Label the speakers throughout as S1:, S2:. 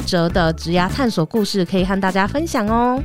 S1: 折的职涯探索故事可以和大家分享哦。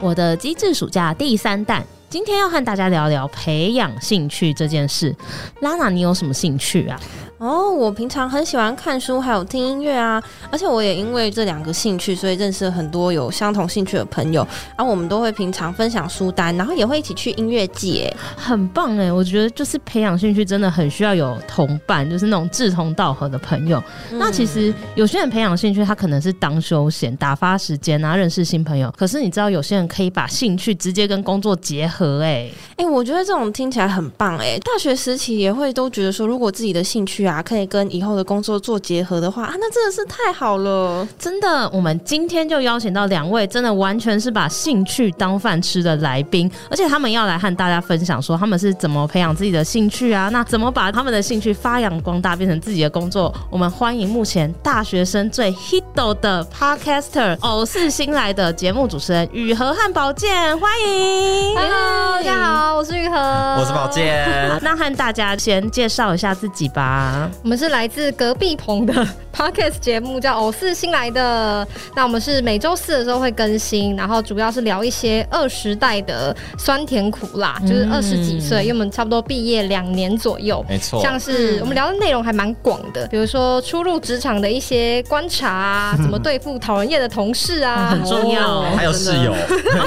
S1: 我的机智暑假第三弹，今天要和大家聊聊培养兴趣这件事。拉娜，你有什么兴趣啊？
S2: 哦，我平常很喜欢看书，还有听音乐啊，而且我也因为这两个兴趣，所以认识了很多有相同兴趣的朋友。啊，我们都会平常分享书单，然后也会一起去音乐节。
S1: 很棒哎，我觉得就是培养兴趣真的很需要有同伴，就是那种志同道合的朋友。
S2: 嗯
S1: 那其实有些人培养兴趣，他可能是当休闲、打发时间啊，认识新朋友。可是你知道，有些人可以把兴趣直接跟工作结合哎。
S2: 哎、我觉得这种听起来很棒哎、大学时期也会都觉得说，如果自己的兴趣啊，可以跟以后的工作做结合的话啊，那真的是太好了。
S1: 真的，我们今天就邀请到两位真的完全是把兴趣当饭吃的来宾，而且他们要来和大家分享说他们是怎么培养自己的兴趣啊，那怎么把他们的兴趣发扬光大，变成自己的工作。我们欢迎目前大学生最 hit 的 podcaster，偶是新来的节目主持人雨禾和宝剑，欢迎。
S3: Hello，大家好，我是玉和，
S4: 我是宝。剑，
S1: 那和大家先介绍一下自己吧。
S3: 我们是来自隔壁棚的 podcast 节目，叫《偶是新来的》。那我们是每周四的时候会更新，然后主要是聊一些二十代的酸甜苦辣，就是二十几岁，因为我们差不多毕业两年左右。
S4: 没错，
S3: 像是
S2: 嗯
S3: 我们聊的内容还蛮广的，比如说初入职场的一些观察啊，怎么对付讨人厌的同事啊，
S1: 很重要
S4: 还有室友，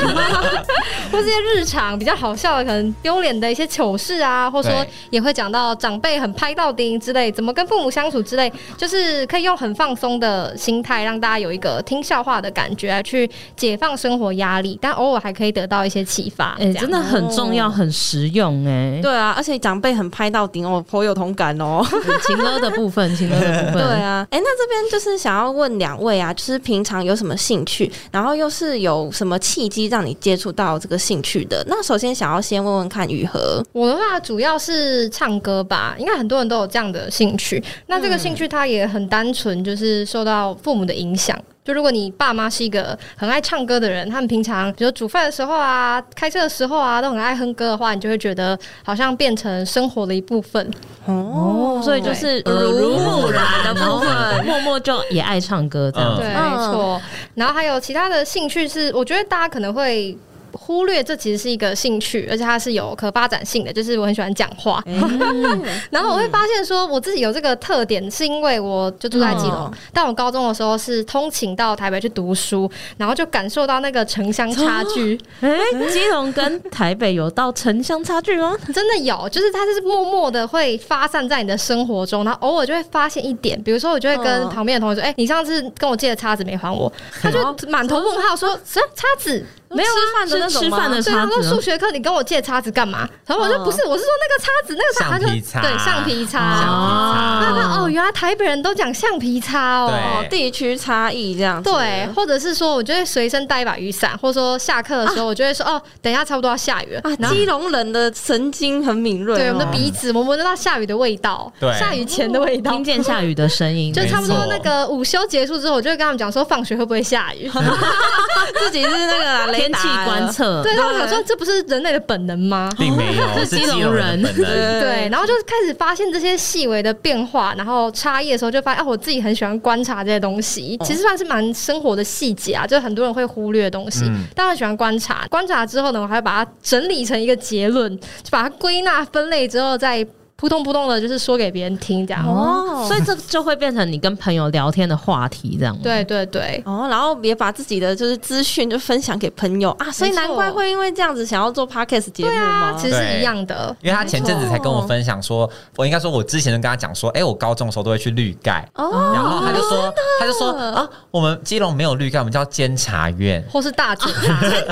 S3: 或是一些日常比较好笑的，可能丢脸的一些糗事啊，或说
S4: 对
S3: 也会讲到长辈很拍到钉之类，怎么跟父母相处之类，就是可以用很放松的心态，让大家有一个听笑话的感觉，来去解放生活压力，但偶尔还可以得到一些启发。
S1: 哎、
S3: 这样
S1: 真的很重要，
S2: 哦
S1: 很实用哎、
S2: 对啊，而且长辈很拍到顶哦，颇有同感哦。
S1: 情歌的部分，情歌的
S4: 嗯
S1: 部分。
S2: 对啊，哎、那这边就是想要问两位啊，就是平常有什么兴趣，然后又是有什么契机让你接触到这个兴趣的？那首先想要先问问看雨禾，
S3: 我的话主要是唱歌吧，应该很多人都有这样的兴趣。那这个兴趣它也很单纯，就是受到父母的影响。就如果你爸妈是一个很爱唱歌的人，他们平常比如煮饭的时候啊、开车的时候啊，都很爱哼歌的话，你就会觉得好像变成生活的一部分。
S2: 哦
S1: 所以就是耳濡目染的部分，哦默默就也爱唱歌这样子。
S3: 对，
S2: 嗯
S3: 没错。然后还有其他的兴趣是，我觉得大家可能会。忽略这其实是一个兴趣，而且它是有可发展性的。就是我很喜欢讲话，然后我会
S2: 嗯
S3: 发现说我自己有这个特点，是因为我就住在基隆，
S2: 嗯
S3: 但我高中的时候是通勤到台北去读书，然后就感受到那个城乡差距，
S2: 哦
S1: 哎、基隆跟台北有到城乡差距吗？
S3: 真的有，就是它就是默默的会发散在你的生活中，然后偶尔就会发现一点，比如说我就会跟
S2: 嗯哦
S3: 旁边的同学说：“哎、你上次跟我借的叉子没还我。”他就满头问号说：“什么叉子？”没有啊
S2: 吃饭的那种
S1: 吃
S2: 吗
S1: 饭的
S3: 对，他
S1: 差
S3: 说数
S1: 距。
S3: 学课你跟我借叉子干嘛？然后我
S2: 嗯
S3: 说不是，我是说那个叉子，那个叉，他就
S4: 橡皮擦
S3: 对橡皮
S4: 橡
S3: 擦。那
S4: 皮
S1: 哦
S3: 他哦，原来台北人都讲橡皮擦哦。
S4: 对
S2: 哦，地区差异这样子，啊
S3: 对，或者是说，我就会随身带一把雨伞，或者说下课的时候，我就会说、哦，等一下差不多要下雨了。
S2: 啊，基隆人的神经很敏锐、哦，
S3: 对，我们的鼻子，我们闻得到下雨的味道，
S4: 对
S3: 下雨前的味道
S1: 听。见下雨的声音，
S3: 就差不多
S4: 没错
S3: 那个午休结束之后，我就会跟他们讲说，放学会不会下雨？
S2: 自己是那个啦雷
S1: 天
S2: 达
S1: 气观测。
S3: 对，那我想说，这不是人类的本能吗？
S4: 并没有，
S1: 是
S4: 是
S1: 基
S4: 基
S1: 隆
S4: 隆
S1: 人
S4: 人的本
S2: 嗯
S4: 人。
S3: 对，然后就开始发现这些细微的变化，然后差异的时候，就发现啊，我自己很喜欢观察这些东西，其实算是蛮生活的细节啊，就很多人会忽略的东西
S4: 嗯，
S3: 但我喜欢观察。观察之后呢，我还会把它整理成一个结论，就把它归纳分类之后再。扑通扑通的，就是说给别人听这样。
S1: 哦，
S2: 哦
S1: 所以这就会变成你跟朋友聊天的话题，这样吗？
S3: 对对对，
S2: 哦，然后也把自己的就是资讯就分享给朋友啊，所以
S3: 没错
S2: 难怪会因为这样子想要做 podcast 节目
S3: 对啊
S2: 吗，？
S3: 其实是一样的。。
S4: 因为他前阵子才跟我分享说，我应该说，我之前就跟他讲说，哎、我高中的时候都会去绿盖，
S2: 哦，
S4: 然后他就说，他就说啊，我们基隆没有绿盖，我们叫监察院
S3: 或是大警察，
S2: 垃圾
S3: 监察院，
S4: 基隆，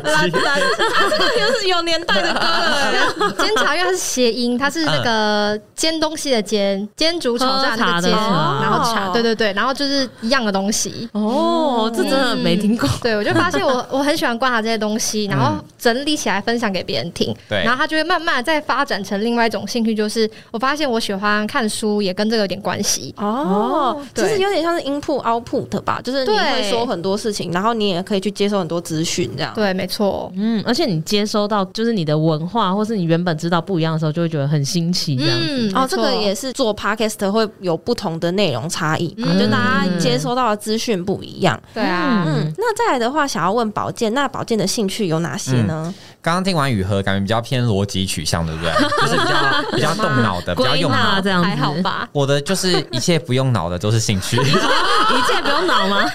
S2: 垃圾，这个又是有年代的歌 了。
S3: 监察院它是谐音，它是那个煎东西的煎，煎煮炒炸那个煎，哦
S1: 喝茶
S2: 茶
S1: 的
S3: 然后茶，对对对，然后就是一样的东西。
S1: 哦，这真的没听过。
S3: 对，我就发现我 我很喜欢观察这些东西，然后整理起来分享给别人听，
S4: 对
S3: 然后他就会慢慢地再发展成另外一种兴趣，就是我发现我喜欢看书，也跟这个有点关系。
S2: 哦，其
S3: 对
S2: 实有点像是 input output 吧，就是你会
S3: 对
S2: 说很多事情，然后你也可以去接受很多资讯，这样。
S3: 对，没错。
S1: 嗯，而且你接收到就是你的文化，或是你原本知道不一样的时候，就会觉得很新奇这样子。
S3: 嗯，
S2: 哦，
S3: 没
S2: 这
S3: 错
S2: 个也是做 podcast 会有不同的内容差异嘛，
S3: 嗯
S2: 就大家接收到的资讯不一样。
S3: 对啊。
S2: 嗯，那再来的话，想要问宝健，那宝健的兴趣有哪些呢？
S1: 嗯
S4: 刚刚听完雨禾，感觉比较偏逻辑取向，对不对？就是比较比较动脑
S2: 嗯
S4: 的，比较
S1: 归
S4: 用脑
S1: 纳。这样子，
S3: 还好？吧，
S4: 我的就是一切不用脑的都是兴 趣，
S1: 一切不用 脑吗？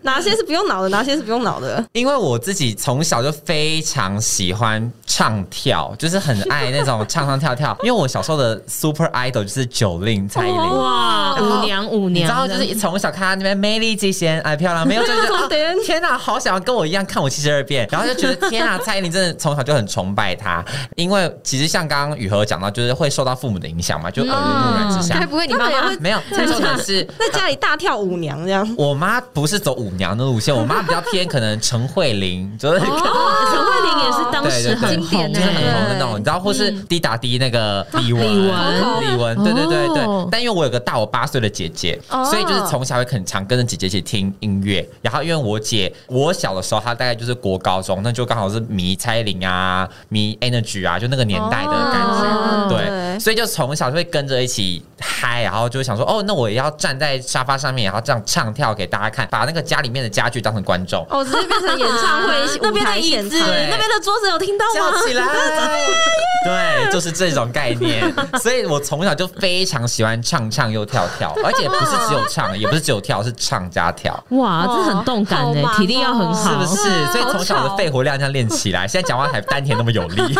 S2: 哪些是不用脑的，哪些是不用脑的？
S4: 因为我自己从小就非常喜欢唱跳，就是很爱那种唱唱 跳跳。因为我小时候的 Super Idol 就是九令蔡依林。
S1: 哇，
S2: 哦
S1: 舞娘舞
S4: 你
S1: 娘，啊
S4: 知道，就是从小看她那边美丽极限，哎，漂亮，没有 就是、啊、天哪，好想要跟我一样看我七十二变，然后就觉得天哪，蔡依林真的从小就很崇拜她，因为其实像刚刚雨禾讲到，就是会受到父母的影响嘛，就耳濡目染
S1: 嗯
S4: 之下
S3: 该，不会你妈妈
S4: 没有，这重点是
S2: 在家里大跳舞娘这样。
S4: 我妈不是走舞娘的路线，我妈比较偏可能陈慧琳，就是
S1: 哦陈慧琳也是当时很
S3: 经
S1: 红
S3: 典的
S4: 就是很
S1: 的。
S4: 红的那种，你知道，或是滴答滴那个李玟，
S1: 嗯啊李玟
S4: 李玟，对对对
S1: 哦
S4: 对。但因为我有个大我八岁的姐姐，
S2: 哦
S4: 所以就是从小会很常跟着姐姐一起听音乐。然后因为我姐，我小的时候她大概就是国高中，那就刚好是迷蔡依林啊，迷 Energy 啊，就那个年代的感觉。
S1: 哦
S4: 对，所以就从小就会跟着一起嗨，然后就会想说，哦，那我也要站在沙发上面，然后这样唱跳给大家看，把那个家里面的家具当成观众，
S2: 哦，直接变成演唱会
S1: 那边
S2: 舞
S1: 的
S2: 台
S1: 椅
S2: 现
S1: 子，
S2: 场
S4: 对
S1: 那边的桌子有听到吗？
S4: 叫起来， 对，就是这种概 念。所以我从小就非常喜欢唱唱又跳跳，而且不是只有唱，也不是只有跳，是唱加跳。
S1: 哇，这很动感
S2: 好
S1: 呢，
S2: 忙哦
S1: 体力要很好，
S4: 是不是？所以从小
S2: 好吵
S4: 的肺活量这样练起来，现在讲话还丹田那么有 力。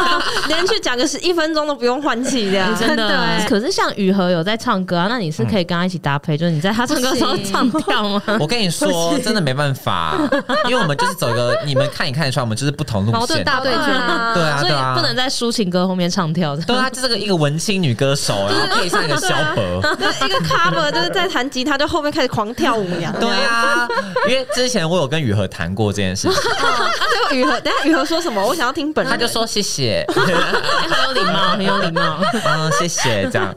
S2: 连续讲个是一分钟都不用换气这样。
S1: 真
S3: 真的
S1: 的
S3: 欸，
S1: 可是像雨禾有在唱歌啊，那你是可以跟他一起搭配，就是你在他唱歌的时候
S3: 不行
S1: 唱跳吗？
S4: 我跟你说，真的没办法，因为我们就是走一个，你们看也看得出来，我们就是不同路
S3: 矛盾
S4: 线。
S3: 大对决，
S4: 对啊，
S1: 所
S4: 对
S1: 以
S4: 啊，
S1: 不能在抒情歌后面唱跳的。
S4: 对啊，就是个一个文青女歌手，然后配上一 个萧
S1: 啊
S4: 伯。
S2: 就是一个 cover 就是在弹吉他，就后面开始狂跳舞 娘。
S4: 对啊，因为之前我有跟雨禾谈过这件事情，
S2: 啊最后雨禾，等一下雨禾说什么？我想要听本人。
S4: 他就说 谢谢，啊
S1: 哎很有礼貌，很有礼貌。
S4: 嗯，谢谢，这 样。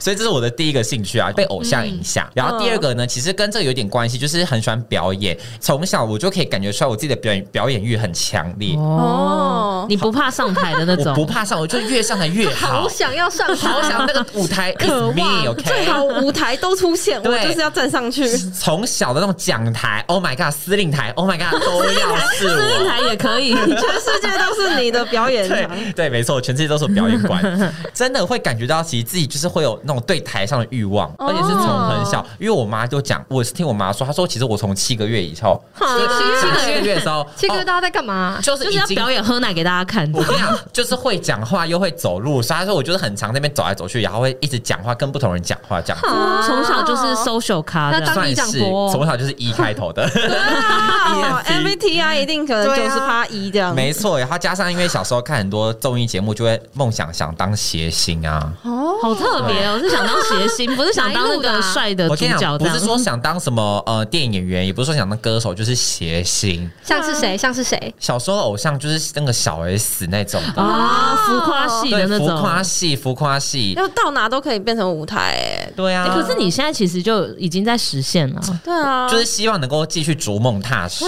S4: 所以这是我的第一个兴趣啊，被偶像影
S1: 嗯
S4: 响。然后第二个呢，其实跟这个有点关系，就是很喜欢表演。从小我就可以感觉出来，我自己的表演表演欲很强烈。
S2: 哦
S1: 你不怕上台的那
S4: 我不
S1: 种，
S4: 怕上，我就越上台越好
S3: 好，想要上台，
S4: 好想那个舞台 i
S2: 渴
S4: s
S2: 望
S4: me，OK、
S2: 最好舞台都出现，我
S4: 对
S2: 就是要站上去。
S4: 从小的那种讲台，Oh my god，司令台，Oh my god，都要是
S1: 司令
S4: 我。
S1: 台也可以。
S2: 全世界都是你的表演啊场。
S4: 对对，没错，全世界都是我表演馆，真的会感觉到其实自己就是会有那种对台上的欲望，而且是从很小，因为我妈就讲，我是听我妈说，她说其实我从七个月以后，
S3: 七个
S4: 七个
S3: 月，
S4: 月的时候，
S3: 七个月
S4: 哦
S3: 大家在干嘛？
S4: 就是
S1: 就是
S4: 已
S1: 要
S4: 经。
S1: 表演喝奶给大家看。
S4: 我跟你讲，就是会讲话又会走路，所以她说我就是很常在那边走来走去，然后会一直讲话，跟不同人讲话这样。
S1: 从小就是 social 咖
S3: 那
S1: 的
S3: 当，
S4: 算
S3: 你讲
S4: 是
S3: 博哦
S4: 从小就是一开头的，
S2: 哦
S4: ENFP
S2: MBTI 一定可能
S4: E 对
S2: 九
S4: 啊
S2: 十八一这样。
S4: 没错。然后加上因为小时候看很多综艺节目，就会梦想想当谐星啊。
S1: 好特别哦。我是想当谐星，不是 想当那
S3: 哪一路的
S1: 个
S3: 啊
S1: 帅的
S4: 我
S1: 主
S4: 跟你
S1: 角。
S4: 讲，不
S1: 这
S4: 是
S1: 样
S4: 说想当什么呃电影演员，也不是说想当歌手，就是谐星。
S3: 像是谁？像是谁？
S4: 小时候的偶像就是那个小 S 那种的，
S1: 啊，浮夸系的那
S4: 对，浮夸
S1: 种。
S4: 系，浮夸系，
S2: 要到哪都可以变成舞台、欸，
S4: 对啊。
S1: 哎可是你哦现在其实就已经在实现 了。
S2: 对啊，
S4: 就是希望能够继续逐梦 踏实，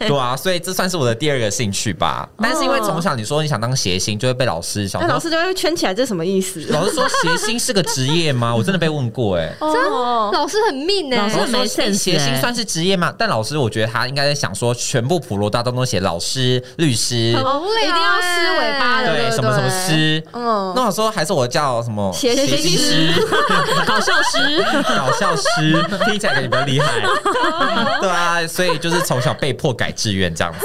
S4: 对啊，所以这算是我的第二个兴趣
S1: 哦
S4: 吧。但是因为从小你说你想当谐星，就会被老师想
S2: 那哎
S1: 哎
S2: 老
S4: 说，
S2: 师就会圈起来，这什么意思？
S4: 老师说谐星是个职 业吗？我真的被问过哎、
S2: 哦，
S3: 老师很命欸呢
S1: 老师，
S4: 我
S1: 真的
S4: 说
S1: 没 sense
S4: 谐星
S1: 欸
S4: 算是职业吗？但老师，我觉得他应该在想说，全部普罗大众都写老师、律师，
S3: 很无聊
S1: 哦
S3: 哎
S2: 一定要
S3: 欸
S2: 吃尾巴的，
S4: 对
S2: 对，
S4: 什么什么师，
S2: 嗯
S4: 那，我想说还是我叫什么
S2: 谐
S4: 谐
S2: 星
S4: 师、
S1: 搞笑师。
S4: 搞笑师，听起来感觉比较厉害。对啊，所以就是从小被迫改志愿这样子。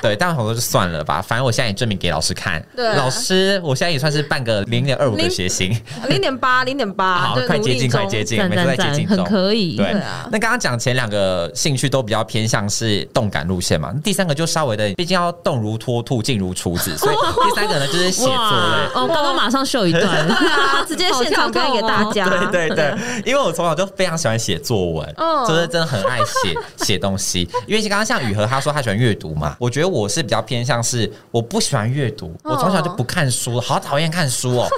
S4: 对，但我说就算了吧，反正我现在也证明给老师看。
S2: 对
S4: 老师，我现在也算是半个零点二五的谐星，
S2: 零啊点八，零点八
S4: 好，，快接近，快接近，每次在接近
S1: 很
S4: 中。
S1: 可以。
S4: 对
S2: 对啊，
S4: 那刚刚讲前两个兴趣都比较偏向是动感路线嘛，第三个就稍微的，毕竟要动如脱兔，静如处子，所以第三个呢就是写作类。
S1: 哦，刚刚马上秀一 段，
S2: 对啊，直接现场表演给大家，
S4: 对对对，因为我从小就非常喜欢写作文，
S2: 嗯
S4: 就是真的很爱写写东西。 因为刚刚像雨禾他说他喜欢阅读嘛，我觉得我是比较偏向是我不喜欢阅读，我从小就不看书，好讨厌看书哦，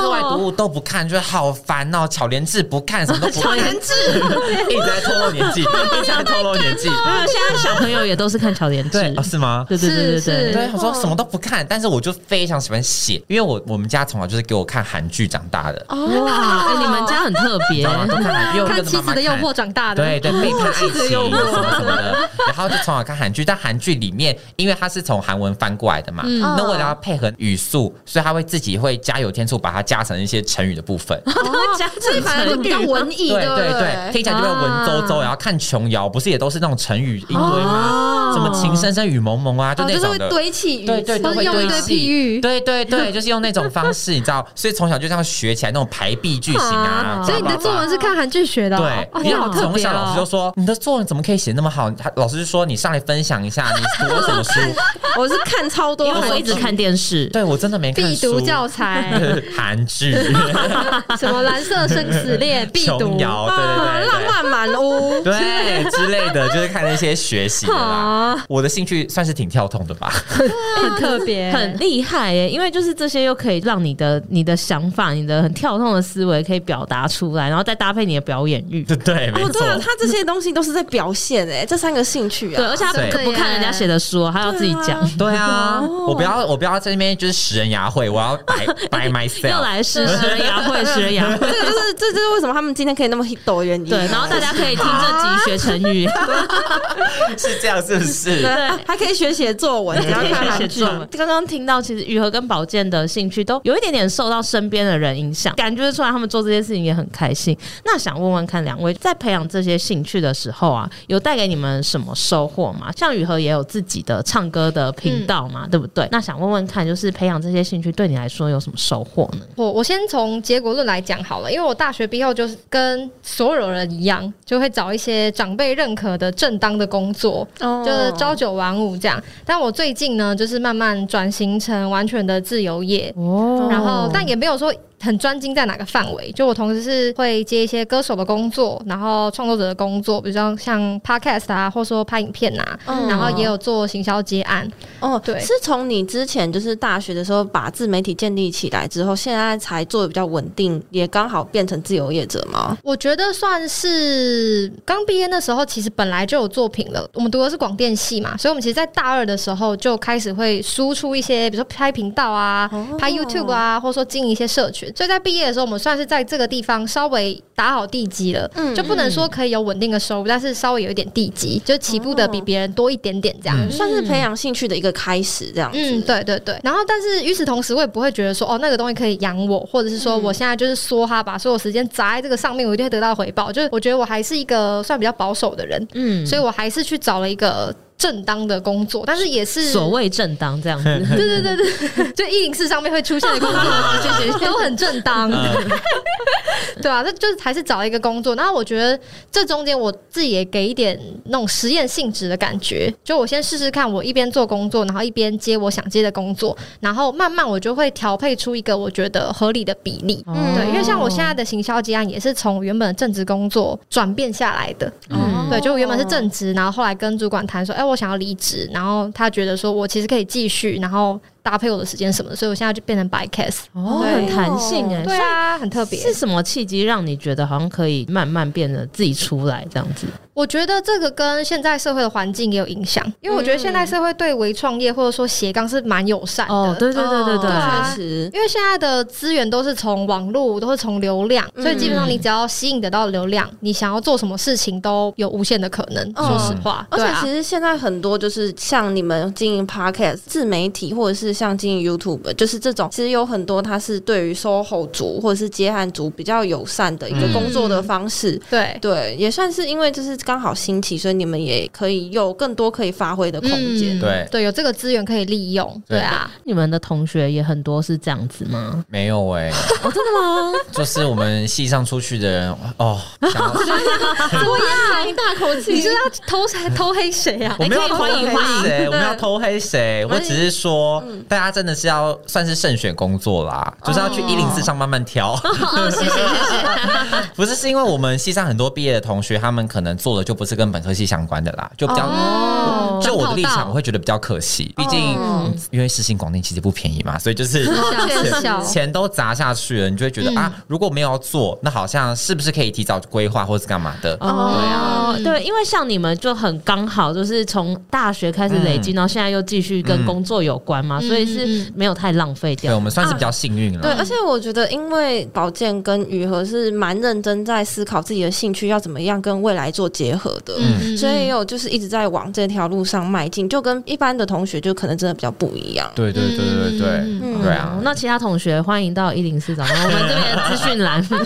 S4: 课外读物都不看，觉得好烦哦。巧连智不看，什么都不看，巧连智 一直在透露年纪，一直在透露年纪，
S1: 没有，现在小朋友也都是看巧莲智，
S4: 对啊是吗？
S1: 对对对对
S3: 是
S1: 对
S3: 是
S4: 对，我说什么都不看，但是我就非常喜欢写，因为我我们家从小就是给我看韩剧长大的，
S2: 哦，
S1: 哇，哎你们家很特
S4: 你
S1: 别
S4: 知 道，吗？都看韩剧，又
S3: 看
S4: 跟
S3: 《
S4: 着
S3: 妻
S4: 妈妈
S3: 子的诱
S4: 看
S3: 惑》长大的，
S4: 对对，背叛爱情
S2: 的
S4: 什
S2: 诱
S4: 么
S2: 惑
S4: 什么的，然后就从小看韩剧，但韩剧里面因为它是从韩文翻过来的嘛，
S3: 嗯
S4: 那为了要配合语速，所以他会自己会加油添醋把它加成一些成语的部分，
S1: 家
S2: 所以反 而就比较文艺，
S4: 对
S2: 不
S3: 哦
S4: 对对，听起来就会文绉绉。
S1: 啊
S4: 然后看琼瑶不是也都是那种成语音堆吗？什么情深深雨蒙蒙啊，就
S2: 哦，
S4: 那
S2: 就是
S4: 种
S2: 会
S4: 的。
S2: 堆砌语
S4: 对对，
S2: 词
S4: 都
S3: 或是
S4: 会
S3: 用一
S4: 堆
S3: 堆
S4: 砌
S3: 譬喻
S4: 对对对，就是用那种方式，你知道，所以从小就这样学起来那种排比句型啊
S1: 啊。
S4: 叭
S3: 所以你的
S4: 叭
S3: 作
S4: 叭
S3: 文是看韩剧学的、哦，
S4: 对，因为
S3: 好特
S4: 从
S3: 别
S4: 小老师就
S3: 哦。
S4: 说你的作文怎么可以写那么好？他老师就说你上来分享一下你读了什么 书。
S2: 我是看超多
S1: 因
S2: 韩
S1: 为
S2: 剧，
S1: 我一直看电视，
S4: 对我真的没看
S3: 必
S4: 书
S3: 读。教材，
S4: 韩剧、
S3: 什么蓝色生 死恋 必
S4: 琼
S3: 读，
S4: 瑶，哦对
S2: 啊，
S4: 对对
S2: 浪
S4: 对。
S2: 漫满屋，
S4: 对之类的，就是看那些学习的啦
S3: 啊。
S4: 我的兴趣算是挺跳痛的吧，
S3: 很特别，
S1: 很厉害耶！因为就是这些又可以让你的你的想法、你的很跳动的思维可以表达出来，然后再搭配你的表演欲。
S4: 对对，没
S2: 哦，
S4: 错
S2: 对。啊，他这些东西都是在表现哎，这三个兴趣
S1: 对，
S2: 啊，
S1: 而且他
S4: 对
S1: 不不看人家写的书，哦他要自己讲。
S4: 对啊，
S2: 哦
S4: 我不要，我不要在那边就是食人牙慧，我要 by by
S1: 又
S4: myself。
S1: 来是食人牙会，食人牙会。
S2: 这个就是这就是为什么他们今天可以那么 hit 的原因。啊
S1: 对，然后大家可以听这集学成语，
S4: 是这样是 不
S2: 对
S4: 是？
S2: 啊还可以学写作文，只要看韩
S1: 写
S2: 剧
S1: 作。文。刚刚听到，其实雨禾跟宝剑的兴趣都有一点点受到身边的人影响，感觉出来他们做这些事情也很开心。那想问问看，两位在培养这些兴趣的时候啊，有带给你们什么收获吗？像雨禾也有自己的唱歌的
S3: 嗯
S1: 频道嘛，对不对？那想问问看，就是培养这些兴趣对你来说有什么收获呢？
S3: 我我先从结果论来讲好了，因为我大学毕业后就是跟所有人一样，就会找一些长辈认可的正当的工作，
S2: 哦
S3: 就是朝九晚五这样。但我最近呢，就是慢慢转型成完全的自由业，
S1: 哦
S3: 然后但也没有说很专精在哪个范围，就我同时是会接一些歌手的工作，然后创作者的工作，比如说像 podcast 啊，或说拍影片啊，
S2: 嗯
S3: 然后也有做行销接案，
S2: 哦，
S3: 对
S2: 是从你之前就是大学的时候把自媒体建立起来之后，现在才做的比较稳定，也刚好变成自由业者吗？
S3: 我觉得算是刚毕业那时候，其实本来就有作品了。我们读的是广电系嘛，所以我们其实，在大二的时候就开始会输出一些，比如说拍频道啊、
S2: 哦
S3: 拍 YouTube 啊，或者说经营一些社群。所以在毕业的时候，我们算是在这个地方稍微打好地基了，
S2: 嗯
S3: 就不能说可以有稳定的收入，但是稍微有一点地基，就起步的比
S2: 哦
S3: 别人多一点点这样。
S4: 嗯
S2: 算是培养兴趣的一个开始，这样子。
S3: 嗯，对对对。然后，但是与此同时，我也不会觉得说，哦，那个东西可以养我，或者是说，我现在就是梭哈，把所有时间砸在这个上面，我一定会得到回报。就是我觉得我还是一个算比较保守的人，
S1: 嗯，
S3: 所以我还是去找了一个正当的工作，但是也是
S1: 所谓正当这样子，
S3: 对对对对， 就一零四上面会出现的工作， 谢谢，嗯都很正当，
S4: 嗯
S3: 对啊，那就是还是找一个工作。然后我觉得这中间我自己也给一点那种实验性质的感觉，就我先试试看，我一边做工作，然后一边接我想接的工作，然后慢慢我就会调配出一个我觉得合理的比例。
S1: 哦
S3: 嗯对，因为像我现在的行销接案也是从原本的正职工作转变下来的，
S1: 嗯
S3: 对，就我原本是正职，然后后来跟主管谈说，哎、我想要离职，然后他觉得说我其实可以继续，然后搭配我的时间什么的，所以我现在就变成白 case。
S1: 哦，很弹性哎，
S3: 对啊，很特别。
S1: 是什么契机让你觉得好像可以慢慢变得自己出来这样子？
S3: 我觉得这个跟现在社会的环境也有影响，因为我觉得现在社会对微创业或者说斜杠是蛮友善的。
S1: 哦，对对对对对，
S2: 哦
S3: 啊
S2: 确实。
S3: 因为现在的资源都是从网络，都是从流量，
S2: 嗯
S3: 所以基本上你只要吸引得到流量，你想要做什么事情都有无限的可能。
S2: 嗯
S3: 说实话，
S2: 而
S3: 对
S2: 且
S3: 啊
S2: 其实现在很多就是像你们经营 podcast、自媒体或者是像经营 YouTube，就是这种其实有很多它是对于 SOHO 族或者是接案族比较友善的一
S4: 嗯
S2: 个工作的方式。
S3: 对，
S2: 对，也算是因为就是刚好兴起，所以你们也可以有更多可以发挥的空间。
S3: 嗯
S4: 对啊
S3: 对，有这个资源可以利用，
S4: 对
S3: 对 啊，
S1: 你们的同学也很多是这样子吗？
S4: 没有哎、
S3: 哦
S4: 真的吗？就是我们系上出去的人哦，想要
S2: 叹一哎大口气
S3: 你是要偷谁偷黑谁啊？
S4: 我没有
S1: 可以欢迎欢迎
S4: 迎谁，我
S2: 对
S4: 没有偷黑谁，我只是说大家真的是要算是慎选工作啦，就是要去一零四上慢慢挑。
S3: 哦，谢谢谢谢。
S4: 不是，是因为我们系上很多毕业的同学，他们可能做的就不是跟本科系相关的啦，就比较。
S3: 哦
S4: 就我的立
S3: 转跑
S4: 场，
S3: 道
S4: 我会觉得比较可惜，毕竟、嗯因为世新广电其实不便宜嘛，所以就是
S3: 小小
S4: 钱钱都砸下去了，你就会觉得、啊，如果没有要做，那好像是不是可以提早规划或是干嘛的？
S1: 哦，对，因为像你们就很刚好，就是从大学开始累积，然后现在又继续跟工作有关嘛，所以是没有太浪费
S4: 对，
S1: 掉
S4: 我。们算是比较幸运了。
S2: 对，而且我觉得，因为宝剑跟雨禾是蛮认真在思考自己的兴趣要怎么样跟未来做结合的，
S4: 嗯
S2: 所以也有就是一直在往这条路上迈进，就跟一般的同学就可能真的比较不一样。
S4: 对对对对对对，
S2: 嗯
S4: 对啊
S1: 哦。那其他同学欢迎到一零四找我们这边的资讯 栏放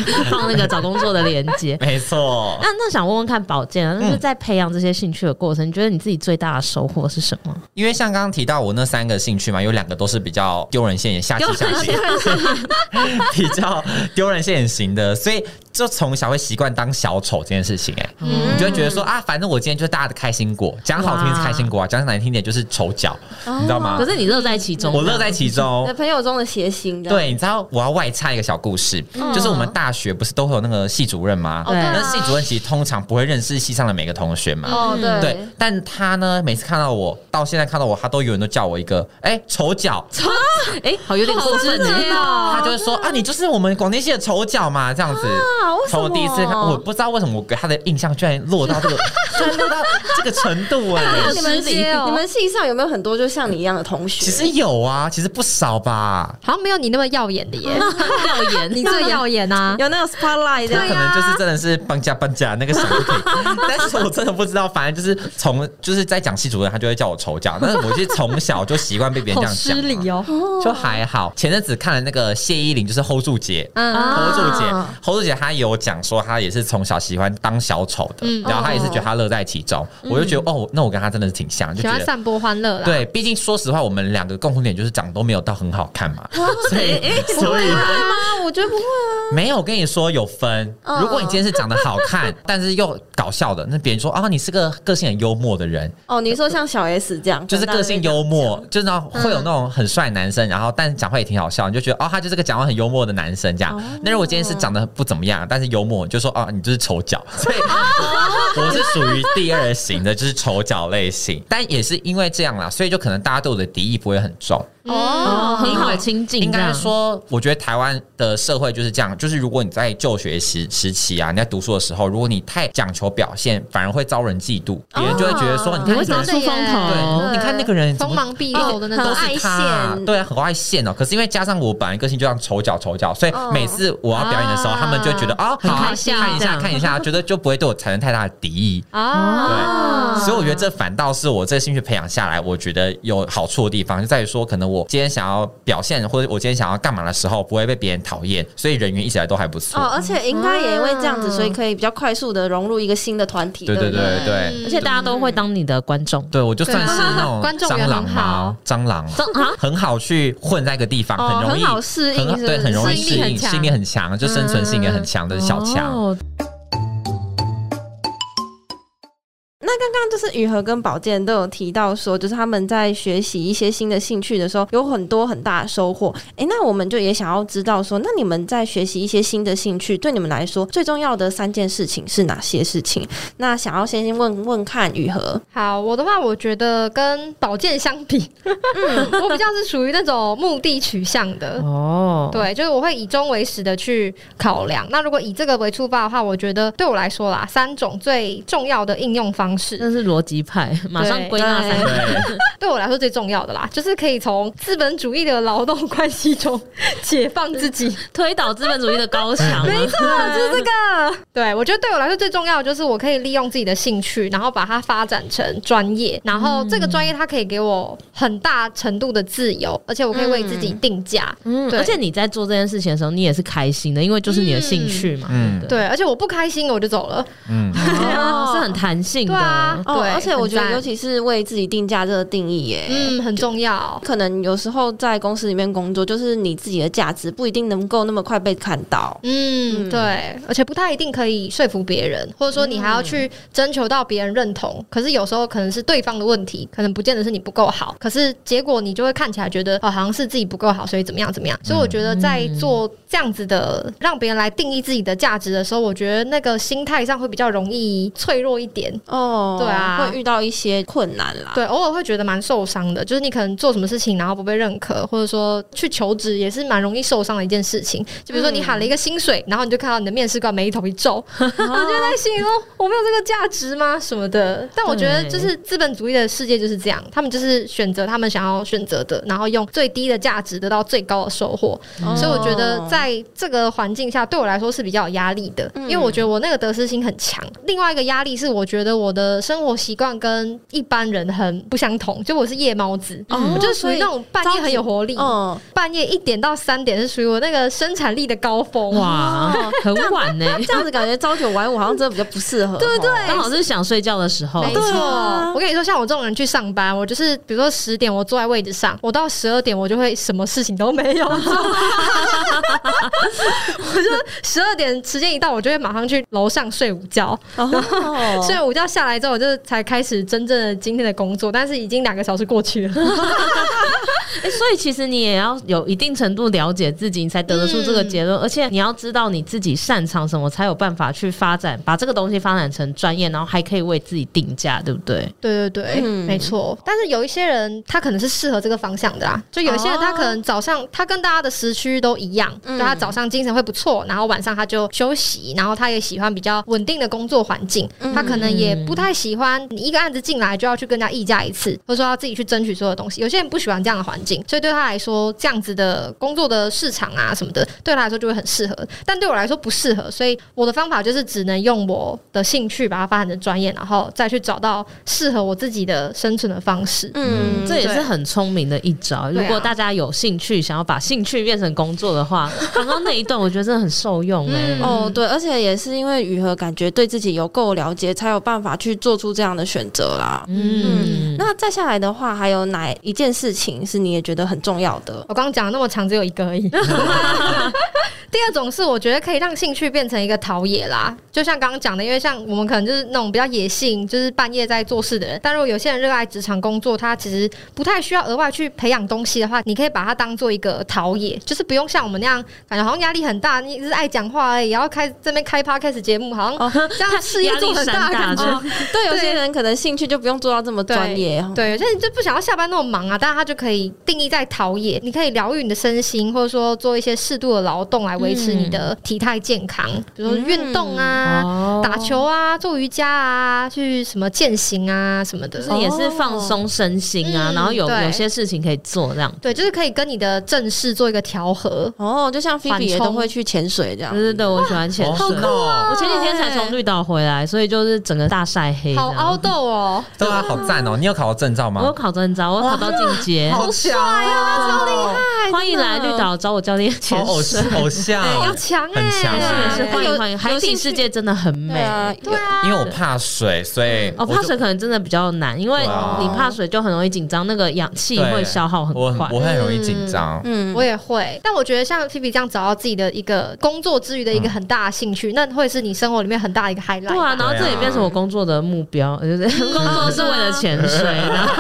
S1: 那个找工作的链接。
S4: 没错
S1: 那，那想问问看宝健啊，那就是在培养这些兴趣的过程，你觉得你自己最大的收获是什么？
S4: 因为像刚刚提到我那三个兴趣嘛，有两个都是比较丢人现眼、下气下气， 比较丢人现眼型的，所以就从小会习惯当小丑这件事情、哎、
S1: 嗯
S4: 你就会觉得说啊，反正我今天就是大家的开心果，讲好听是开心果啊，讲难听点就是丑角，你知道吗
S1: 可？是你乐在其中，啊
S4: 我乐在其中
S2: 那。朋友中的谐星的，
S4: 对，你知道我要外插一个小故事，就是我们大学不是都会有那个系主任吗？
S1: 对
S4: 那
S3: 啊
S4: 系主任其实通常不会认识系上的每个同学嘛，
S2: 哦，对
S4: 嗯对，但他呢，每次看到我，到现在看到我，他都永远都叫我一个哎、丑角，
S1: 哎、好哦有点过分呢、
S3: 哦
S4: 他就会说啊，你就是我们广电系的丑角嘛，这样子。
S2: 啊，为什
S4: 从
S2: 么？
S4: 我第一次看，我不知道为什么我给他的印象居然落到这个， 居然落到这个程度 哎、
S2: 那你们
S1: 失礼
S2: 哦你们系上有没有很多就像你一样的同学？
S4: 其实有啊，其实不少吧，
S3: 好像没有你那么耀眼的耶，
S1: 耀眼，
S3: 你最耀眼啊！
S2: 有那个 spotlight 这
S4: 这
S2: 样
S4: 可能就是真的是搬家搬家那个想不 可以，但是我真的不知道，反正就是从就是在讲系主任，他就会叫我丑角，但是我其实从小就习惯被别人
S3: 好
S4: 这样讲
S3: 失
S4: 嘛，
S3: 礼哦。
S4: 就还好。前阵子看了那个谢依霖，就是 hold 住姐，
S3: 嗯，
S4: 侯柱姐
S1: 啊，
S4: 侯柱姐她有讲说，她也是从小喜欢当小丑的，
S3: 嗯
S4: 然后她也是觉得她乐在其中。我就觉得哦，那我跟她真的是挺像，就
S3: 喜
S4: 觉
S3: 欢
S4: 得。
S3: 散播欢乐啦。
S4: 对，毕竟说实话，我们两个共同点就是长都没有到很好看嘛，所以所以
S2: 对吗？我觉得不会啊。
S4: 没有我跟你说有分。
S2: 嗯
S4: 如果你今天是长得好看，但是又搞笑的，那别人说啊，你是个个性很幽默的人，
S2: 哦，你说像小 S 这样，
S4: 就是
S2: 可能大
S4: 个
S2: 家
S4: 性
S2: 会这样
S4: 幽默，就是那种会有那种很帅的男生，然后但是讲话也挺好笑，你就觉得哦，他就是个讲话很幽默的男生这样。那如果今天是长得不怎么样，但是幽默，你就说哦，你就是丑角，所以我是属于第二型的，就是丑角类型。但也是因为这样啦，所以就可能大家对我的敌意不会很重。
S1: 哦，
S3: 哦，
S1: 很好亲近，
S4: 应
S1: 这
S4: 该
S1: 样
S4: 说，我觉得台湾的社会就是这样，就是如果你在就学时时期啊，你在读书的时候，如果你太讲求表现，反而会遭人嫉妒，别人就会觉得说，
S2: 哦
S4: 你
S1: 你
S4: 看
S1: 为什么
S4: 那个
S1: 出风头？
S4: 对，你看那个人怎
S3: 锋
S4: 么
S3: 芒毕露的那
S2: 很
S3: 种
S4: 都
S2: 哦。
S4: 是他啊
S2: 爱现
S4: 对啊，很爱现哦。可是因为加上我本来个性就像丑角丑角，所以
S2: 嗯
S4: 每次我要表演的时候，他们就觉得哦，好啊
S1: 开心
S4: 看一
S1: 这
S4: 下
S1: 样
S4: 看一下，觉得就不会对我产生太大的敌意。
S3: 啊，
S4: 所以我觉得这反倒是我这个兴趣培养下来，我觉得有好处的地方，就在于说，可能我今天想要表现，或者我今天想要干嘛的时候，不会被别人讨厌，所以人缘一直以来都还不错。
S2: 哦，而且应该也因为这样子，所以可以比较快速的融入一个新的团体。
S4: 对对
S2: 不
S4: 对对对，
S1: 而且大家都会当你的观众，
S4: 对我就算是那种
S3: 观众
S4: 蟑
S3: 缘很
S4: 螂嘛
S3: 好，
S4: 蟑螂
S1: 啊
S4: 很好去混在一个地方，
S2: 哦
S4: 很容易
S2: 很好适应
S4: 很好
S2: 是不是
S4: 对，很容易
S3: 适
S4: 适
S3: 应力
S4: 应，
S3: 很强
S4: 适应力很强，就生存性也很强的小强。
S1: 哦
S2: 那刚刚就是雨禾跟宝剑都有提到说，就是他们在学习一些新的兴趣的时候，有很多很大的收获。诶，那我们就也想要知道说，那你们在学习一些新的兴趣，对你们来说最重要的三件事情是哪些事情？那想要先问问看雨禾，
S3: 好，我的话，我觉得跟保健相比，嗯，我比较是属于那种目的取向的。
S1: 哦，
S3: 对，就是我会以终为始的去考量。那如果以这个为出发的话，我觉得对我来说啦，三种最重要的应用方式，
S1: 那是逻辑派，马上归纳三个。
S4: 对，
S3: 对我来说最重要的啦，就是可以从资本主义的劳动关系中解放自 己。
S1: 推倒资本主义的高墙。
S3: 没错，啊就是这个。对我觉得对我来说最重要的就是我可以利用自己的兴趣，然后把它发展成专业，然后这个专业它可以给我很大程度的自由，而且我可以为自己定价。
S1: 嗯，
S3: 对
S1: 而且你在做这件事情的时候，你也是开心的，因为就是你的兴趣嘛，
S4: 嗯
S1: 对不对？
S3: 对，而且我不开心我就走了。
S4: 嗯，
S1: 哦，是很弹性的。
S3: 对啊，
S2: 哦，
S3: 对，
S2: 而且我
S3: 很
S2: 觉得，
S3: 赞
S2: 尤其是为自己定价这个定义耶，
S3: 嗯很重要。
S2: 可能有时候在公司里面工作，就是你自己的价值不一定能够那么快被看到。
S3: 嗯，
S2: 嗯
S3: 对，而且不太一定可以说服别人，或者说你还要去征求到别人认同。可是有时候可能是对方的问题，可能不见得是你不够好，可是结果你就会看起来觉得哦，好像是自己不够好，所以怎么样怎么样。所以我觉得在做这样子的让别人来定义自己的价值的时候，我觉得那个心态上会比较容易脆弱一点。
S2: 哦，
S3: 对啊
S2: 会遇到一些困难啦。
S3: 对，偶尔会觉得蛮受伤的，就是你可能做什么事情，然后不被认可，或者说去求职也是蛮容易受伤的一件事情。就比如说你喊了一个薪水，然后你就看到你的面试官眉头一皱，我就在心里说我没有这个价值吗什么的。但我觉得就是资本主义的世界就是这样，他们就是选择他们想要选择的，然后用最低的价值得到最高的收获。
S2: 哦
S3: 所以我觉得在这个环境下，对我来说是比较有压力的，因为
S2: 嗯
S3: 我觉得我那个得失心很强。另外一个压力是，我觉得我的生活习惯跟一般人很不相同，就我是夜猫子，
S2: 哦
S3: 我就是属于那种半
S2: 所
S3: 夜
S2: 以
S3: 很有活力，
S2: 嗯，
S3: 半夜一点到三点是属于我那个生产力的高峰。
S1: 哇，
S3: 哦
S1: 很晚呢，
S2: 这样子感觉朝九晚五好像真的比较不适合，对不对？
S1: 刚好是想睡觉的时候
S3: 没。
S2: 对
S3: 错
S2: 啊，
S3: 我跟你说，像我这种人去上班，我就是比如说十点我坐在位置上，我到十二点我就会什么事情都没 有做，我就十二点时间一到，我就会马上去楼上睡午觉，
S2: 哦，
S3: 睡午觉下来之后，我就才开始真正的今天的工作，但是已经两个小时过去了。
S1: 诶 所以其实你也要有一定程度了解自己，你才得得出这个结论。而且你要知道你自己擅长什么，才有办法去发展，把这个东西发展成专业，然后还可以为自己定价，对不对？
S3: 对对对，
S2: 嗯
S3: 没错。但是有一些人他可能是适合这个方向的啦，就有一些人他可能早上、他跟大家的时区都一样，就他早上精神会不错，然后晚上他就休息，然后他也喜欢比较稳定的工作环境，他可能也不太喜欢你一个案子进来就要去跟人家议价一次，或者说要自己去争取所有东西。有些人不喜欢这样的环境，所以对他来说这样子的工作的市场啊什么的，对他来说就会很适合，但对我来说不适合，所以我的方法就是只能用我的兴趣把它发展成专业，然后再去找到适合我自己的生存的方式。
S2: 嗯，
S1: 这也是
S3: 对
S1: 很聪明的一招。
S3: 对
S1: 如
S3: 啊
S1: 果大家有兴趣，想要把兴趣变成工作的 话，刚刚那一段我觉得真的很受用哎、
S3: 嗯
S2: 哦，对，而且也是因为雨禾感觉对自己有够了解，才有办法去做出这样的选择啦。
S1: 嗯，
S2: 那再下来的话，还有哪一件事情是你也觉得很重要的？
S3: 我刚刚讲了那么长，只有一个而已。 第二种是我觉得可以让兴趣变成一个陶冶啦，就像刚刚讲的，因为像我们可能就是那种比较野性，就是半夜在做事的人。但如果有些人热爱职场工作，他其实不太需要额外去培养东西的话，你可以把它当做一个陶冶，就是不用像我们那样感觉好像压力很大，你一直爱讲话而已，然后开这边开趴开始节目，好像
S2: 哦
S3: 这样事业
S1: 压
S3: 做
S1: 力
S3: 很
S1: 山
S3: 大的
S1: 大
S3: 感觉。
S1: 就
S2: 对，有
S3: 对
S2: 些人可能兴趣就不用做到这么专业。
S1: 嗯
S3: 对，有些人就不想要下班那么忙啊，但是他就可以定义在陶冶，你可以疗愈你的身心，或者说做一些适度的劳动来维持你的体态健康，比如说运 动啊、
S1: 嗯哦
S3: 打球啊、做瑜伽啊、去什么践行啊什么的。
S1: 就是也是放松身心啊，
S3: 嗯
S1: 然后有
S3: 对
S1: 有些事情可以做这样。
S3: 对，就是可以跟你的正事做一个调和。
S2: 哦，就像菲比也
S3: 缓冲
S2: 都会去潜水这样
S1: 对。对对，我喜欢潜水。
S4: 哦！
S1: 我前几天才从绿岛回来，所以就是整个大晒黑这
S3: 好
S1: 样。
S3: 凹豆哦，
S4: 对啊，好赞哦！你有考到证照
S1: 我有
S4: 吗？
S1: 考证照，我有考到进阶。
S4: 好帅啊，超厉害！
S1: 欢迎来
S2: 真的
S1: 绿岛找我教练
S4: 好
S1: 潜
S4: 偶
S1: 水
S4: 像，，偶像
S3: 好，强哎、
S4: 很强
S1: 是也是
S4: 哎
S1: 欢迎欢
S2: 有
S1: 迎。海
S2: 有
S1: 底
S2: 兴
S1: 世
S2: 趣
S1: 界真的很美
S2: 对。啊，
S3: 对啊，
S4: 因为我怕水，所以
S1: 哦，
S4: 哎我就
S1: 怕水可能真的比较难，因为
S4: 对啊
S1: 你怕水就很容易紧张，那个氧气会消耗
S3: 哦
S1: 很
S4: 我
S1: 快。
S4: 我很容易紧张。
S2: 嗯，
S3: 我也会，但我觉得像 P P 这样找到自己的一个工作之余的一个很大的兴趣，那会是你生活里面很大的一个 highlight 吧。
S1: 嗯对啊，然后这也变成我工作的目标，就是 工作 是为了潜水，然后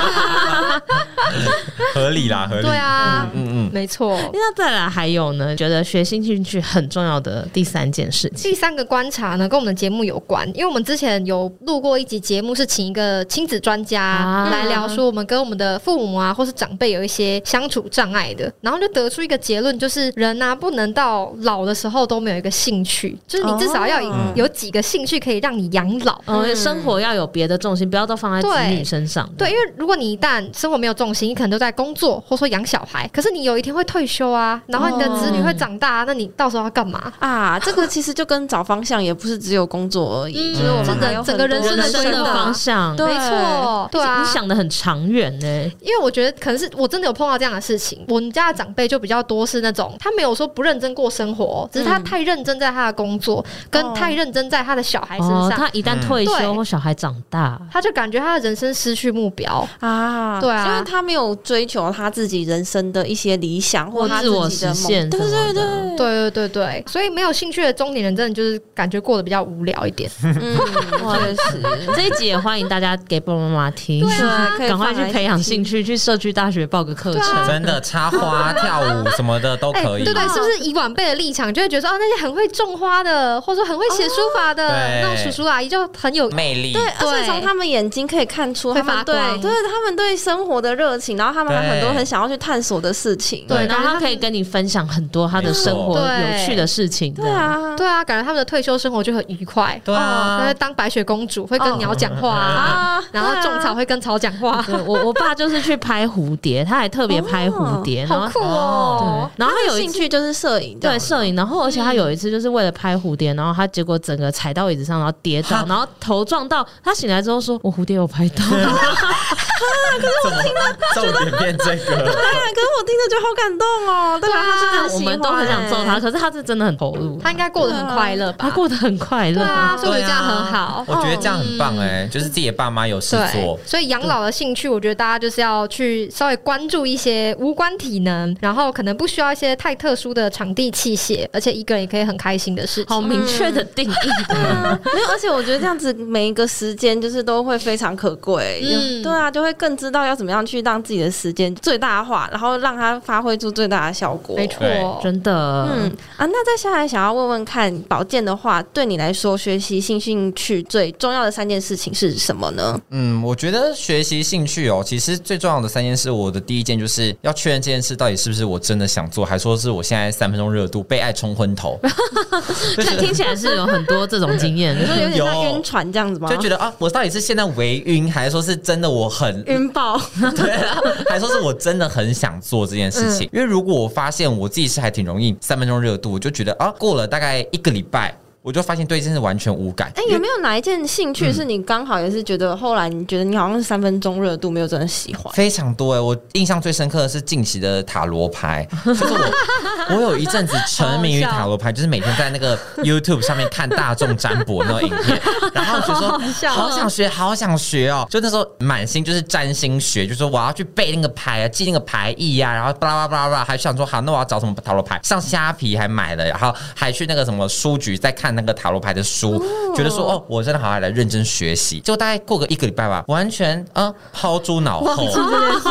S4: 合理啦，合理。
S3: 对啊，
S4: 嗯嗯嗯，
S3: 没错。
S1: 那再来还有呢？觉得学新兴趣很重要的第三件事情，
S3: 第三个观察呢，跟我们的节目有关，因为我们之前有录过一集节目，是请一个亲子专家
S1: 啊
S3: 来聊说我们跟我们的父母啊，或是长辈有一些相处障碍的，然后就得出一个结论，就是人啊，不能到老的时候都没有一个兴趣，就是你至少要有
S2: 哦
S3: 有几个兴趣可以让你养老。
S1: 嗯，生活要有别的重心，不要都放在子女身上。
S3: 对，因为如果你一旦生活没有重心，你可能都在工作或说养小孩，可是你有一天会退休啊，然后你的子女会长大啊、那你到时候要干嘛？
S2: 啊，这个其实就跟找方向也不是只有工作而已，
S3: 嗯
S2: 就是我们
S3: 真的
S2: 还有
S3: 整个
S2: 很多
S3: 人生
S1: 人
S3: 的
S1: 生
S3: 规
S1: 的
S3: 划
S1: 方向，
S2: 对
S3: 没错，对啊，
S1: 你想的很长远呢、
S3: 因为我觉得可能是我真的有碰到这样的事情，我们家的长辈就比较多是那种他没有说不认真过生活，只是他
S2: 嗯
S3: 太认真在他的工作，
S2: 哦
S3: 跟太认真嗯在他的小孩身
S1: 哦，
S3: 上，
S1: 他一旦退
S3: 嗯对
S1: 休或小孩长大，
S3: 他就感觉他的人生失去目标。
S2: 啊，
S3: 对啊
S2: 因为他没有追求他自己人生的一些理想或
S1: 或
S2: 他
S1: 自我
S2: 自己的
S1: 实
S2: 梦，
S1: 现
S2: 对
S1: 什
S2: 对
S1: 么的
S2: 对
S3: 对对对对，所以没有兴趣的中年人真的就是感觉过得比较无聊一点。
S2: 嗯，确实。
S1: 这一集也欢迎大家给爸爸妈妈听，啊
S2: 对 啊可以
S1: 赶快
S2: 放来
S1: 去培养
S2: 听
S1: 兴趣，去社区大学报个课程。
S4: 嗯真的插花、跳舞什么的都
S3: 哎，
S4: 可以
S3: 对。对，是不是以晚辈的立场就会觉得说，哦，那些很会种花的，或者说很会写书法的、
S4: 嗯对
S3: 那种叔叔阿姨就很有
S4: 魅力，
S2: 对，而且从他们眼睛可以看出
S3: 会
S2: 他们
S3: 发
S2: 对
S3: 光
S2: 对他们对生活的热情，然后他们还很多
S4: 对
S2: 很想要去探索的事情。
S4: 对
S1: 然后他可以跟你分享很多他的生活
S3: 没错
S1: 有趣的事情。
S2: 对，啊，
S3: 对啊，感觉他们的退休生活就很愉快。
S4: 对啊哦
S3: 哦那当白雪公主会跟鸟讲话啊，
S2: 啊，
S3: 然后种草会跟草讲话，
S1: 对我我爸就是去拍蝴蝶，他还特别拍蝴蝶，
S4: 嗯
S1: 然
S3: 好
S1: 后
S3: 酷哦！
S1: 然后
S2: 他
S1: 他有
S2: 的
S1: 一
S2: 兴
S1: 次
S2: 趣就是摄影这样，
S1: 对摄影，然后而且他
S4: 嗯
S1: 有一次就是为了拍蝴蝶，然后他结果整个踩到椅子上，然后跌倒
S4: 哈，
S1: 然后头撞到，他醒来之后说：“我蝴蝶有拍 到。
S4: 怎么 重点变这个？
S2: 对啊，可是我听着就好感动哦，代表他是真的”喜
S1: 啊我
S2: 欢
S1: 们都很想揍他，
S2: 欸
S1: 可是他是真的很投入，
S3: 他应该过得很快乐
S1: 他
S3: 吧？
S1: 过得很快乐。
S3: 对啊，所以我觉
S4: 对
S3: 得这样很好。
S4: 我觉得这样很棒哎，就是自己的爸妈有事
S3: 对，，
S4: 做
S3: 所以养老的兴趣，我觉得大家就是要去稍微关注一些无关体能，然后可能不需要一些太特殊的场地器械，而且一个人也可以很开心的事
S1: 好
S3: 情。
S1: 明确的定义，啊
S2: 嗯没有，而且我觉得这样子每一个时间就是都会非常可贵，
S3: 嗯
S2: 对啊，就会更知道要怎么样去让自己的时间最大化，然后让它发挥出最大的效果。
S3: 没错，
S4: 对
S1: 真的。
S2: 嗯啊，那再下来想要问问看，保健的话，对你来说，学习性兴趣最重要的三件事情是什么呢？
S4: 嗯，我觉得学习兴趣哦，其实最重要的三件事，我的第一件就是要确认这件事到底是不是我真的想做，还说是我现在三分钟热度被爱冲昏头，就是
S1: 看听起来是有很多这种经验，
S2: 你说 有点像
S4: 嗯有
S2: 晕船这样子吗？
S4: 就觉得啊，我到底是现在为晕，还是说是真的我很
S2: 晕爆，
S4: 对啊，还说是我真的很想做这件事情。因为如果我发现我自己是还挺容易三分钟热度，我就觉得啊，过了大概一个礼拜，我就发现对这件事完全无感。
S2: 哎、有没有哪一件兴趣是你刚好也是觉得后来你觉得你好像是三分钟热度，没有真的喜欢？
S4: 非常多哎、我印象最深刻的是近期的塔罗牌，就是我我有一阵子沉迷于塔罗牌，就是每天在那个 YouTube 上面看大众占卜那种影片，然后就说好想学，好想学哦，就那时候满心就是占星学，就说我要去背那个牌啊，记那个牌意啊，然后巴拉巴拉巴拉，还想说好，那我要找什么塔罗牌？上虾皮还买了，然后还去那个什么书局在看那个塔罗牌的书，觉得说哦，我真的好好来认真学习。就大概过个一个礼拜吧，完全啊抛诸脑后，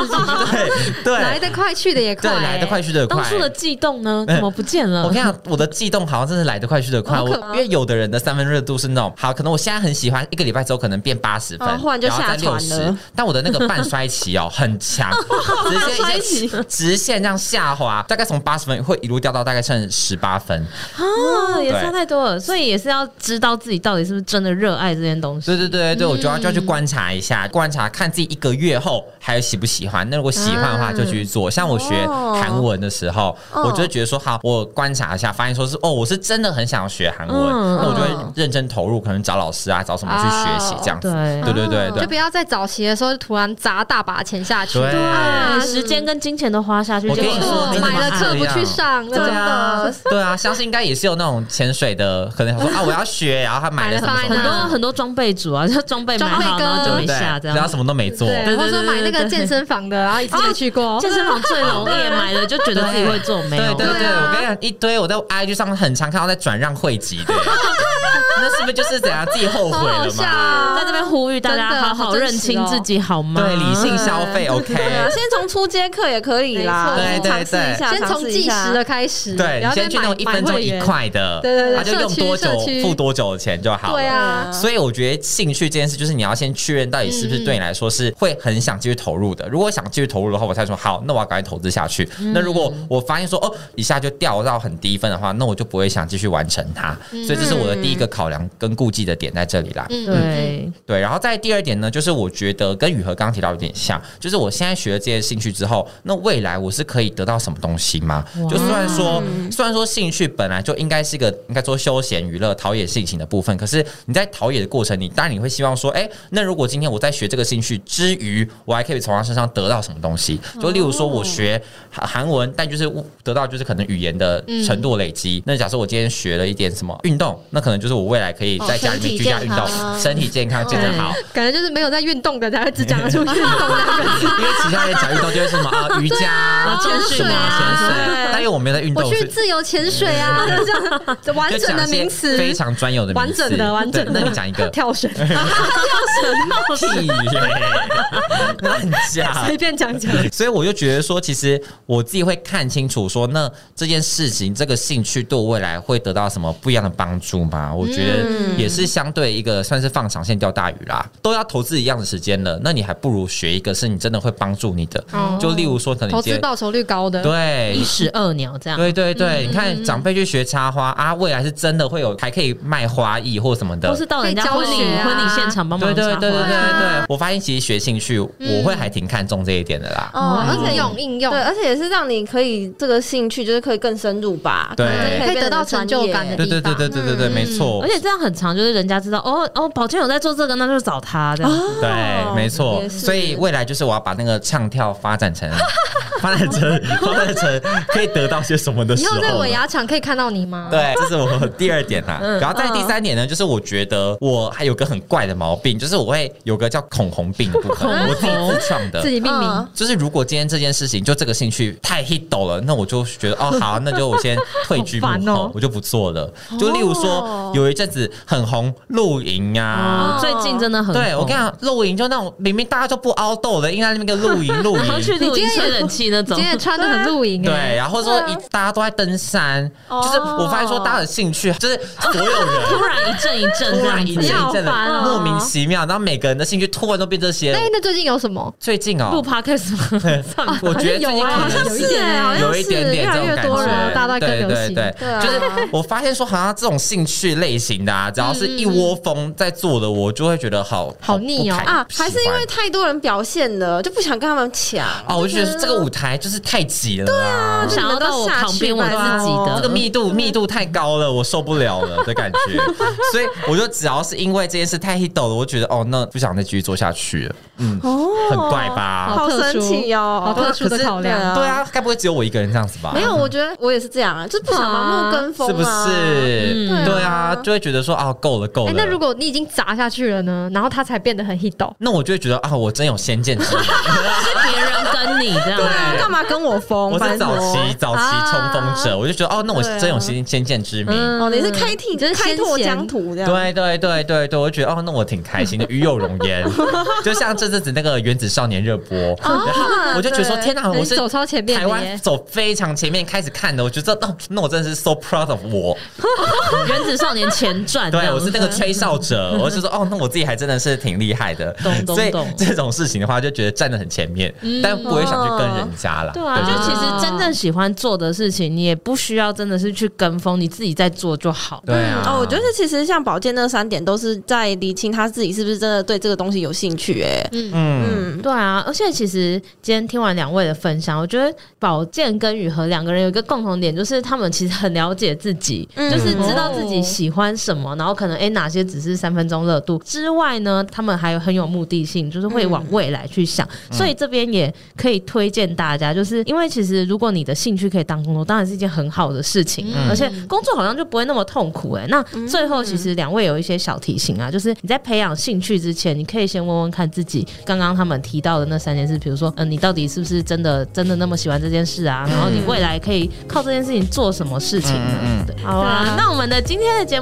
S4: 对
S3: 来
S4: 对
S3: 得快去得也快、
S4: 对，来得快去得
S1: 当
S4: 快。
S1: 初的悸动呢，怎么不见了？啊
S4: 我跟你讲，我的悸动好像真是来得快去得快。
S3: 好
S4: 我
S3: 可
S4: 因为有的人的三分热度是那种，好，可能我现在很喜欢，一个礼拜之后可能变八十分，
S2: 哦忽然就
S4: 后
S2: 下
S4: 再
S2: 船
S4: 60
S2: 了。
S4: 但我的那个半衰期哦，很 强，直接一
S2: 期
S4: 些直线这样下滑，大概从八十分会一路掉到大概剩十八分。
S1: 啊，也
S4: 哦对
S1: 差太多了，所以也是要知道自己到底是不是真的热爱这件东西。
S4: 对对对对，我就要就要去
S1: 嗯
S4: 观察一下，观察看自己一个月后还喜不喜欢。那如果喜欢的话，就继续
S1: 啊
S4: 做。像我学
S2: 哦
S4: 韩文的时候，
S1: 哦
S2: 嗯
S4: 我就会觉得说，好，我观察一下，发现说是哦，我是真的很想学韩文，
S1: 嗯
S4: 那我就
S2: 嗯
S4: 会认真投入，可能找老师啊，找什么去学习
S3: 哦
S4: 这样子。
S1: 对
S4: 对对对
S2: 哦
S4: 对
S3: 就不要在早期的时候突然砸大把钱下去。
S4: 对
S1: 啊，时间跟金钱都花下去，
S4: 我跟
S1: 结
S4: 你
S1: 果
S4: 说
S3: 哦
S4: 真的
S3: 买了
S4: 是
S3: 课
S4: 这
S3: 不去
S4: 样
S3: 上，真
S4: 对啊
S3: 的。，
S4: 对啊，相信应该也是有那种潜水的，可能他说啊，我要学，然后他买了什么什
S3: 买
S4: 么
S1: 很多
S3: 了放在那
S1: 很多装备组啊，就装备买
S3: 装
S1: 好
S3: 备
S1: 然后就
S4: 对
S1: 没
S4: 不对？
S1: 下这样
S4: 然后。什么都没做，
S1: 对
S3: 对，
S1: 对对
S3: 或者说买那个
S1: 对对
S3: 健身房的，然后一次没 去过。
S1: 健身房最容易买了，就觉得自己会做，没
S4: 对
S1: 有
S4: 对对，
S3: 对啊
S4: 我跟你讲，一堆我在 IG 上很常看到在转让汇集的，那是不是就是怎样自己后悔
S3: 好
S4: 了
S3: 好笑
S4: 嘛？
S3: 啊！
S1: 在这边呼吁大
S3: 真
S1: 家
S3: 的
S1: 好
S3: 好
S1: 好
S3: 真
S1: 认
S3: 实
S1: 清
S3: 哦
S1: 自己，好吗？
S4: 对，理性消费，OK，
S3: 嗯
S2: 对啊，先从初阶课也可以啦，
S4: 没错
S2: 尝试一下，
S3: 先
S2: 尝
S3: 从
S2: 试一
S3: 计
S2: 下
S3: 时的开始，
S4: 对，
S3: 然
S4: 你
S3: 后再
S4: 先去那
S3: 买
S4: 种一分
S3: 买
S4: 钟
S3: 会
S4: 一
S3: 员。
S4: 块的，
S3: 对对对
S4: 他就用多久
S3: 社区
S4: 付多久的钱就好了。
S3: 对啊，
S4: 所以我觉得兴趣这件事，就是你要先确认到底是不是对你来说是会很想继续投入的。如果想继续投入的话，我才说好，那我要赶紧投资下去。
S3: 嗯
S4: 那如果我发现说哦一下就掉到很低分的话，那我就不会想继续完成它。所以这是我的第一个考量跟顾忌的点在这里啦。
S3: 嗯，
S1: 对，
S4: 对，然后再第二点呢，就是我觉得跟雨禾刚刚提到有点像，就是我现在学了这些兴趣之后，那未来我是可以得到什么东西吗
S1: 哇？
S4: 就虽然说，虽然说兴趣本来就应该是一个应该说休闲娱乐、陶冶性情的部分，可是你在陶冶的过程里，当然你会希望说，哎，那如果今天我在学这个兴趣之余，我还可以从他身上得到什么东西？就例如说我学韩韩文，但就是得到就是可能语言的程度累积。那假设我今天学了一点什么运动，那可能就是我未来可以在家里面居家运动
S5: 哦身体健康，
S4: 身体健康、健身好。
S3: 感觉就是没有在运动的才会只讲得出运动两个字。
S4: 因为其他人讲运动就会什 么啊瑜伽啊、
S1: 潜水
S4: 什么
S1: 啊
S4: 潜水
S2: 对，
S4: 但因 为我没有在运
S3: 我
S4: 动，
S3: 去
S4: 是
S3: 自由潜水啊，这样这完
S4: 就
S3: 整
S4: 讲
S3: 的
S4: 一些
S3: 名词，
S4: 非常专有的名
S3: 完
S4: 词
S3: 整的完整的。
S4: 对那你讲一 个
S3: 跳绳，
S4: 屁耶， 乱讲
S3: 随。便讲讲。
S4: 所以我就觉得说，其实我自己会看清楚说，那这件事情、这个兴趣对我未来会得到什么不一样的帮助吗？我觉得
S3: 嗯
S2: 嗯
S4: 也是相对一个算是放长线钓大鱼啦，都要投资一样的时间了，那你还不如学一个是你真的会帮助你的，就例如说可能
S3: 哦投
S4: 你今
S3: 资
S4: 天
S3: 报酬率高的，
S4: 对啊
S1: 一石二鸟这样。
S4: 对对对，你看长辈去学插花啊，未来是真的会有，还可以卖花艺或什么的
S1: 都。是到人家
S3: 可以
S1: 婚
S3: 教
S1: 礼、
S3: 学啊
S1: 婚礼现场帮忙
S4: 对对对
S1: 插
S4: 对对
S1: 花。
S4: 对，我发现其实学兴趣，我会还挺看重这一点的啦。
S2: 哦
S3: 而且有应用
S2: 对，，而且也是让你可以这个兴趣就是可以更深入吧，
S4: 对
S2: 可能
S3: 可以
S2: 变
S3: 得到
S2: 成
S3: 成就
S2: 专业
S3: 感的
S4: 对对对对对对对，没错
S1: 而，且这样很长，就是人家知道哦哦，宝健有在做这个，那就找他这样。
S4: 对，没错
S2: 也。是
S4: 所以未来就是我要把那个唱跳发展成，发展成，发展成可以得到些什么的
S3: 以
S4: 时
S3: 后在
S4: 候
S3: 尾
S4: 呢。
S3: 牙场可以看到你吗？
S4: 对，这是我第二点啦。然后在第三点呢，就是我觉得我还有个很怪的毛病，就是我会有个叫恐红病的部分，我自己自创的，
S3: 自己命名
S2: 嗯，
S4: 就是如果今天这件事情就这个兴趣太 hit 抖了，那我就觉得哦好，那就我先退居幕
S1: 好烦
S4: 后，
S1: 哦
S4: 我就不做了。就例如说，有一阵子很红露营啊。
S1: 哦，最近真的很
S4: 对，我
S1: 红
S4: 跟你讲，露营就那种明明大家都不凹豆的，应该那边个露营露
S1: 然后去
S4: 营，
S1: 露
S3: 你
S1: 营
S3: 今天
S1: 吹
S3: 也
S1: 冷气那
S3: 今
S1: 种，
S3: 天也穿的很露营
S4: 对
S3: 哎，，
S4: 然后说一大家都在登山，就是我发现说大家的兴趣就是所有人
S1: 突然一阵一阵
S4: 突
S1: 这样
S4: 然
S1: 子
S4: 一阵一阵
S1: 你好烦
S4: 的
S1: 哦
S4: 莫名其妙，然后每个人的兴趣突然都变这些了
S3: 哎。，那最近有什么？
S4: 最近
S1: 录
S4: 哦，
S1: podcast 吗啊算吧
S4: 我觉得最近可
S3: 好
S4: 能
S3: 像有一点欸
S2: 好像是
S4: 有一点点
S2: 越来
S4: 这种
S2: 越
S4: 感
S2: 多
S4: 觉，
S2: 人
S3: 大家都在
S4: 对
S3: 更流
S4: 对
S3: 行
S4: 对，
S2: 对啊
S4: 就是我发现说，好像这种兴趣类型的啊，只要是一窝蜂在做的，我就会觉得好
S3: 好腻哦
S4: 不开
S2: 啊，
S4: 不喜
S2: 还
S4: 欢
S2: 是因为太多人表现了，就不想跟他们抢。
S4: 哦，我就觉得这个舞台就是太挤了啊，
S1: 想要到我旁边我自己的
S4: 这个密度密度太高了，我受不了了的感觉，所以我就只要是因为这件事太 hit 抖了，我觉得哦，那不想再继续做下去了，嗯，很怪吧？
S2: 哦好神奇哦
S3: 好特殊的考
S2: 对
S3: 量
S2: 啊。
S4: 对啊，该不会只有我一个人这样子吧？
S2: 没有，我觉得我也是这样啊，就不想盲目跟风、啊，
S4: 嗯是不是？
S1: 嗯
S4: 对啊，就会觉得说啊，够了，够了。
S3: 哎，那如果你已经砸下去了呢？然后它才变得很 hit 哦
S4: 那我就会觉得啊，我真有先见之明，
S1: 是别人跟你这
S4: 啊对
S1: 样。
S2: 啊干嘛跟我风？
S4: 我是
S2: 烦死
S4: 早
S2: 我
S4: 期早期冲锋者，我就觉得哦，那我
S2: 对啊
S4: 真有先先见之明。
S2: 哦，你是开替，
S3: 真是
S2: 开拓
S3: 先贤
S2: 疆土这样。
S4: 对对对对对，我就觉得哦，那我挺开心的，与有容颜。就像这阵子那个《原子少年》热播，然后我就觉得说，
S2: 对
S4: 天哪，
S3: 哎
S4: 我是
S3: 走超前面
S4: 台
S3: 的
S4: 湾
S3: 耶
S4: 走非常前面开始看的，我觉得哦，那我真的是 so proud of 我。
S1: 原子少年前传这
S4: 对，啊
S1: 样
S4: 我
S1: 子，
S4: 是那个吹哨者，我就说哦，那我自己还真的是挺厉害的。
S1: 懂懂
S4: 所以
S1: 懂
S4: 这种事情的话，就觉得站得很前面，但不会想去跟人家啦。
S1: 对啊，就其实真正喜欢做的事情，你也不需要真的是去跟风，你自己在做就好。
S4: 对啊
S2: 嗯，哦，我觉得其实像宝健那三点都是在厘清他自己是不是真的对这个东西有兴趣、哎，
S4: 嗯，
S2: 嗯，
S1: 对啊，而且其实今天听完两位的分享，我觉得宝健跟雨禾两个人有一个共同点，就是他们其实很了解自己，
S2: 嗯
S1: 就是知道自己喜欢什么，然后可能诶哪些只是三分钟热度之外呢，他们还有很有目的性，就是会
S3: 嗯
S1: 往未来去想。所以这边也可以推荐大家，就是因为其实如果你的兴趣趣可以当工作，当然是一件很好的事情。啊
S3: 嗯
S1: 而且工作好像就不会那么痛苦哎、那最后其实两位有一些小提醒啊，就是你在培养兴趣之前，你可以先问问看自己刚刚他们提到的那三件事，比如说，嗯、你到底是不是真的真的那么喜欢这件事啊？然后你未来可以靠这件事情做什么事情呢？
S3: 嗯嗯嗯
S1: 对，好啊，那我们的今天的节